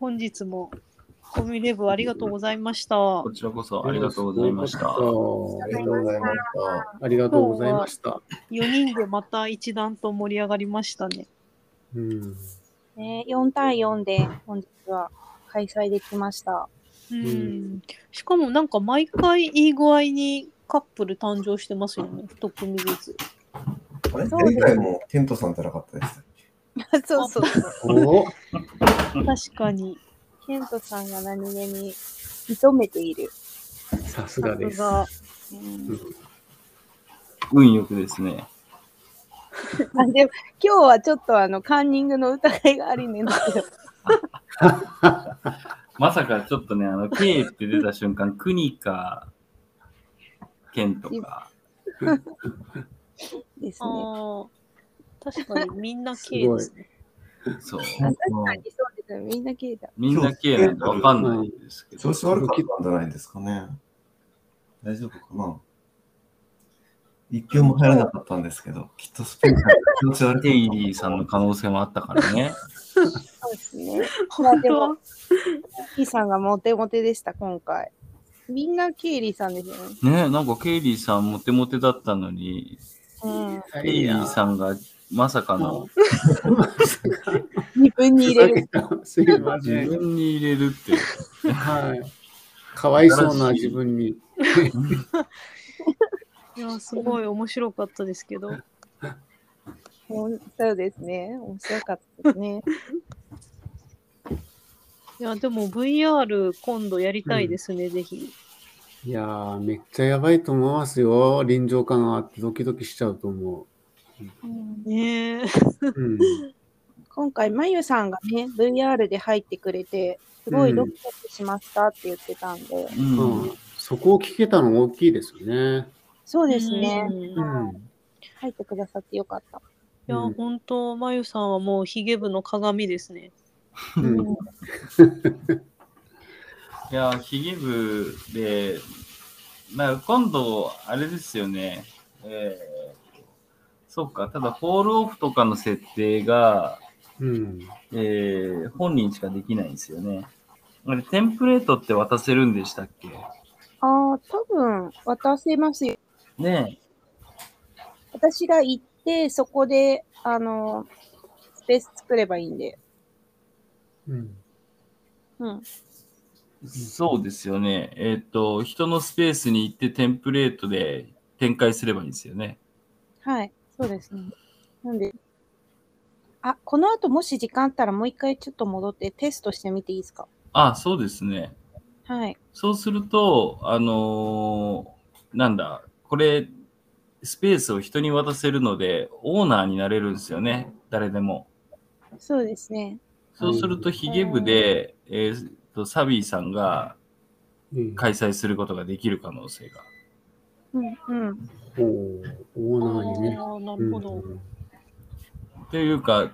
本日もコミレブありがとうございました。こちらこそありがとうございました。ありがとうございました。ありがとうございました。 4人でまた一段と盛り上がりましたね。うん。ね、4対4で本日は開催できました。うん。うんしかもなんか毎回いい具合にカップル誕生してますよね。一組ずつ。あれそうです前回もケントさんじゃなかったです。 そうそうそう。お確かに。ケントさんが何気に認めている。さすがです。さうん、運よくですね。あでも今日はちょっとあのカンニングの疑いがありねんだ けど。まさかちょっとね、あ の、K って出た瞬間、国か、県とか、ですが。ね。ああ。確かにみんな K ですね。そう。確かにそうですね。みんな聞いた。みんな K なんかわかんないですけど調。子悪かったんじゃないですかね。大丈夫かな一票も入らなかったんですけど、きっとスピーカー調子悪テいイリーさんの可能性もあったから ね。そうですね。まあでも 本、キーさんがモテモテでした、今回。みんなケイリーさんですよね。ねなんかケイリーさんモテモテだったのに、うん。ケイリーさんがまさかの自分に入れる。すいませ自ん。分に入れるって。はい。かわいそうな自分に。当いや、すごい面白かったですけど。ほんそうですね。面白かったですね。いや、でも VR 今度やりたいですね、ぜひ。いやー、めっちゃやばいと思いますよ。臨場感があってドキドキしちゃうと思うんねえ。う。うん。今回、まゆさんがね、VR で入ってくれて、すごいドキドキしましたって言ってたんで、うん。うん、そこを聞けたの大きいですよね。そうですね。うんうん。入ってくださってよかった。いや、うん本当まゆさんはもうヒゲ部の鏡ですね。うんうんいやー、ヒゲ部で、まあ、今度、あれですよね。えーそうか、ただ、ホールオフとかの設定が、うん。えー本人しかできないんですよね。あれ、テンプレートって渡せるんでしたっけああ、多分渡せますよ。ね私が行って、そこで、あの、スペース作ればいいんで。うん。うん。えそうですよね。えっ、と、人のスペースに行ってテンプレートで展開すればいいんですよね。はい。そうですね。なんで、あ、この後もし時間あったらもう一回ちょっと戻ってテストしてみていいですかあ、そうですね。はい。そうすると、あのーなんだ、これ、スペースを人に渡せるので、オーナーになれるんですよね、誰でも。そうですね。そうすると、ヒゲ部で、えーっと、サビーさんがうん開催することができる可能性が。うん。うん。おーオーナーにね。あーなるほど。うんというか、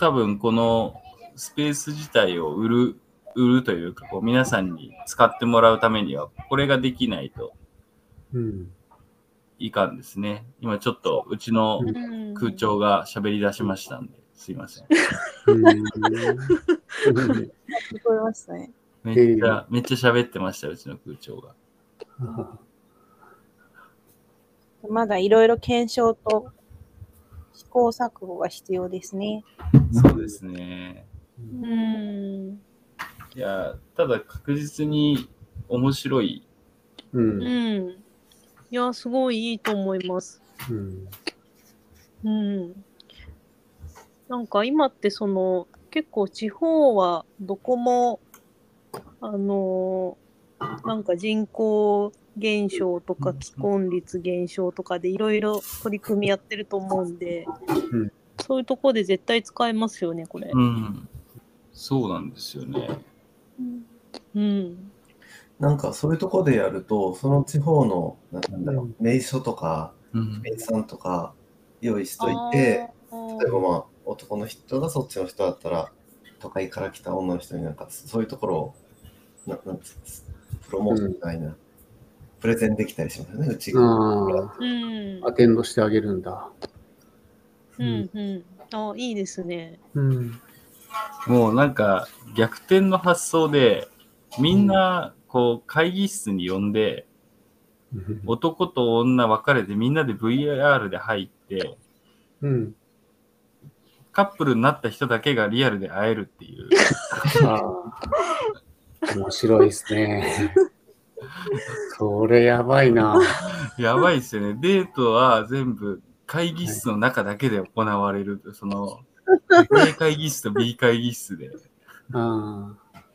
多分このスペース自体を売る、売るというか、こう皆さんに使ってもらうためには、これができないとうん。いかんですね。今ちょっと、うちのうん空調が喋り出しましたんで、すいません。うん聞こえましたね。めっちゃ、めっちゃ喋ってました、うちの空調が。まだいろいろ検証と試行錯誤が必要ですね。そうですね。ううん。んいや、ただ確実に面白い。うんう。ん。いや、すごいいいと思います。うんうん。なんか今ってその、結構地方はどこも、あのーなんか人口減少とか既婚率減少とかでいろいろ取り組みやってると思うんで、うんそういうとこで絶対使えますよね、これ。うん。そうなんですよね。ううんん。 なんかそういうところでやると、その地方のななんだろう名所とか、うん。名産とか用意しといて、あー、例えばまあ男の人がそっちの人だったら、都会から来た女の人になんかそういうところをななんつプロモーションみたいな、プレゼンできたりしますよね、うちが。あうんあ、アテンドしてあげるんだ。うんうん。あ、いいですね。うん。もうなんか逆転の発想で、みんなこう会議室に呼んで、うん男と女分かれてみんなで VR で入って、うん。カップルになった人だけがリアルで会えるっていう。ああ。面白いですね。それやばいな。やばいですよね。デートは全部会議室の中だけで行われる。その、A 会議室と B 会議室で。あ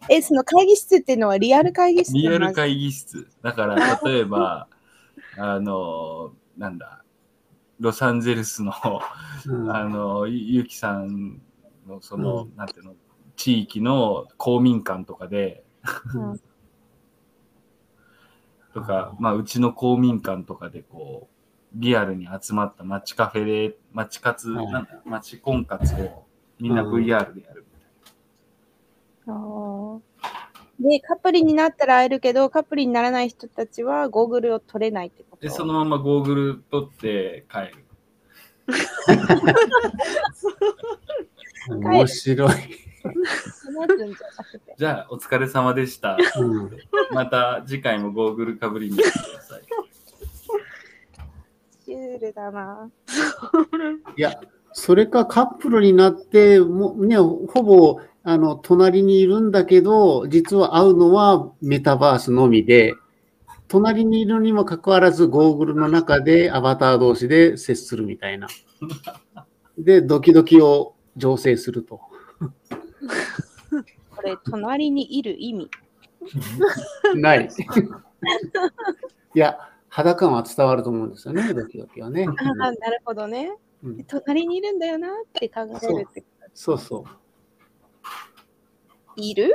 え、その会議室っていうのはリアル会議室リアル会会議室。だから、例えば、あの、なんだ、ロサンゼルスの、 ーうんあの、ゆゆきさんの、その、うなんていうの、地域の公民館とかで、うんとか、まあ、うちの公民館とかで、こう、リアルに集まった街カフェで、街活、はいなんだ、街婚活を、みんなうん VR でやる。で、カップルになったら会えるけど、カップルにならない人たちはゴーグルを取れないってこと。で、そのままゴーグル取って帰る。面白い。その後にじゃなくてじゃあ、お疲れ様で した。うんまた次回もゴーグルかぶりに来てください。シュールだな。いや、それかカップルになって、もうね、ほぼあの隣にいるんだけど、実は会うのはメタバースのみで、隣にいるにもかかわらず、ゴーグルの中でアバター同士で接するみたいな。で、ドキドキを醸成すると。これ、隣にいる意味。ない。いや、肌感は伝わると思うんですよね、ドキドキはね。ああ、なるほどね。うん隣にいるんだよなって考えるって。そうそう。いる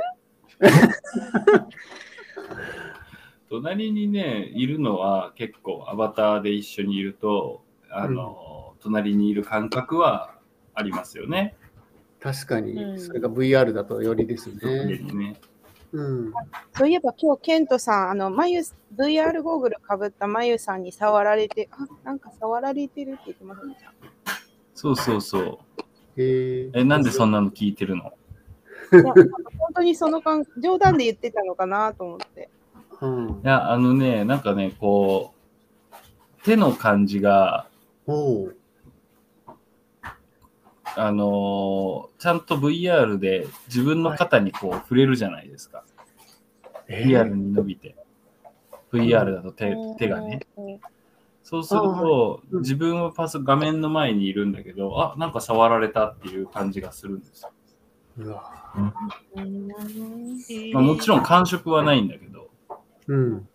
隣にね、いるのは結構アバターで一緒にいると、あの、隣にいる感覚はありますよね。確かうんに、それが VR だとよりです特ね。にね。うん。そういえば今日、ケントさん、あの、まゆ、VR ゴーグルかぶったまゆさんに触られて、あ、なんか触られてるって言ってませんでした。そうそうそう。ええ、なんでそんなの聞いてるの いやなんか本当にその感、冗談で言ってたのかなと思って。うんい。や、あのね、なんかね、こう、手の感じが、おう。あのーちゃんと VR で自分の肩にこう触れるじゃないですか。リアルに伸びて。VR だと手手がね。そうすると、うん自分はパス画面の前にいるんだけど、あなんか触られたっていう感じがするんですよ。うわ。まあ、もちろん感触はないんだけど、うん。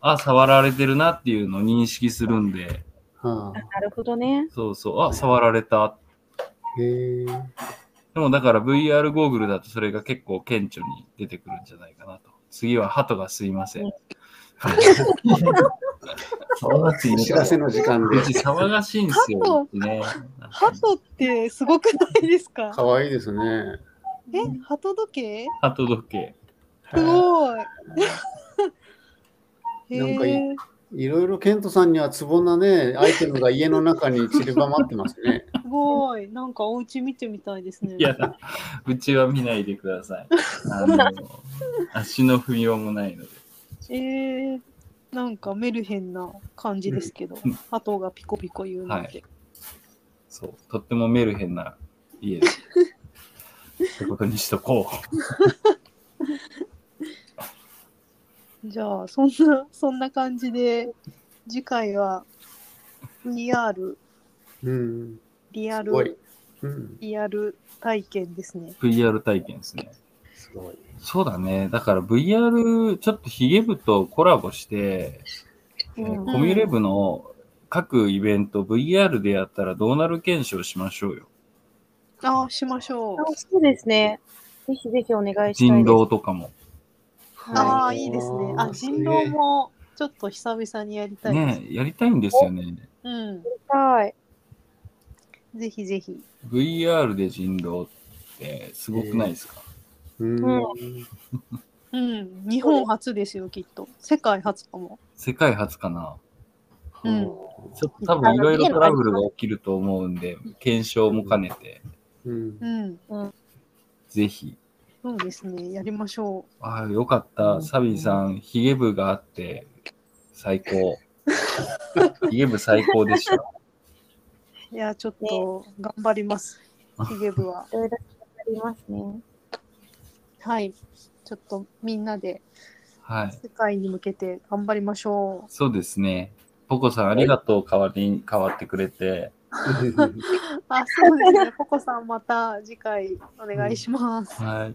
あ触られてるなっていうのを認識するんで、はあ。なるほどね。そうそう、あ触られた。へえ。でもだから VR ゴーグルだとそれが結構顕著に出てくるんじゃないかなと。次は鳩がすいません。う騒がしいお知らせの時間で。ち騒がしいんですよ。うちね、鳩ってすごくないですかかわいいですね。え、鳩時計鳩時計。すごい。へ なんかいいーいろいろケントさんにはツボなね、アイテムが家の中に散りばまってますね。すごい。なんかお家見てみたいですね。いやだ、うちは見ないでください。あの、足の踏み場もないので。えー、なんかメルヘンな感じですけどうん、鳩がピコピコ言うなんて。そう、とってもメルヘンな家です。ってことにしとこじゃあ、そんな、そんな感じで、次回は VR、うん。リアすごいル、。うん。リアル体験ですね。う。VR 体験ですね。すごい。そうだね。だから VR、ちょっとヒゲ部とコラボして、えーコミュレブの各イベント VR でやったらどうなる検証しましょうよ。ああ、しましょう。あそうですね。ぜひぜひお願いした人いです。狼とかも。ああ、いいですね。あ、人狼もちょっと久々にやりたいです。ねえやりたいんですよね。うん。はい。ぜひぜひ。 VR で人狼ってすごくないですか、うん。うん。日本初ですよ、きっと。世界初かも。世界初かなうん。ちょっと多分いろいろトラブルが起きると思うんで、検証も兼ねて。うんうん。ぜひ。そうですね、やりましょああ、よかった。サビーさん、ヒゲ部があって、最高。ヒゲ部最高でした。う。いや、ちょっと頑張ります。ヒゲ部は。いろいろありますね。はい。ちょっとみんなではい。世界に向けて頑張りましょそうですね。ポコさん、ありがとう、代わりに、代わってくれて。 う。あ、そうですね。ポコさんまた次回お願いします。はい。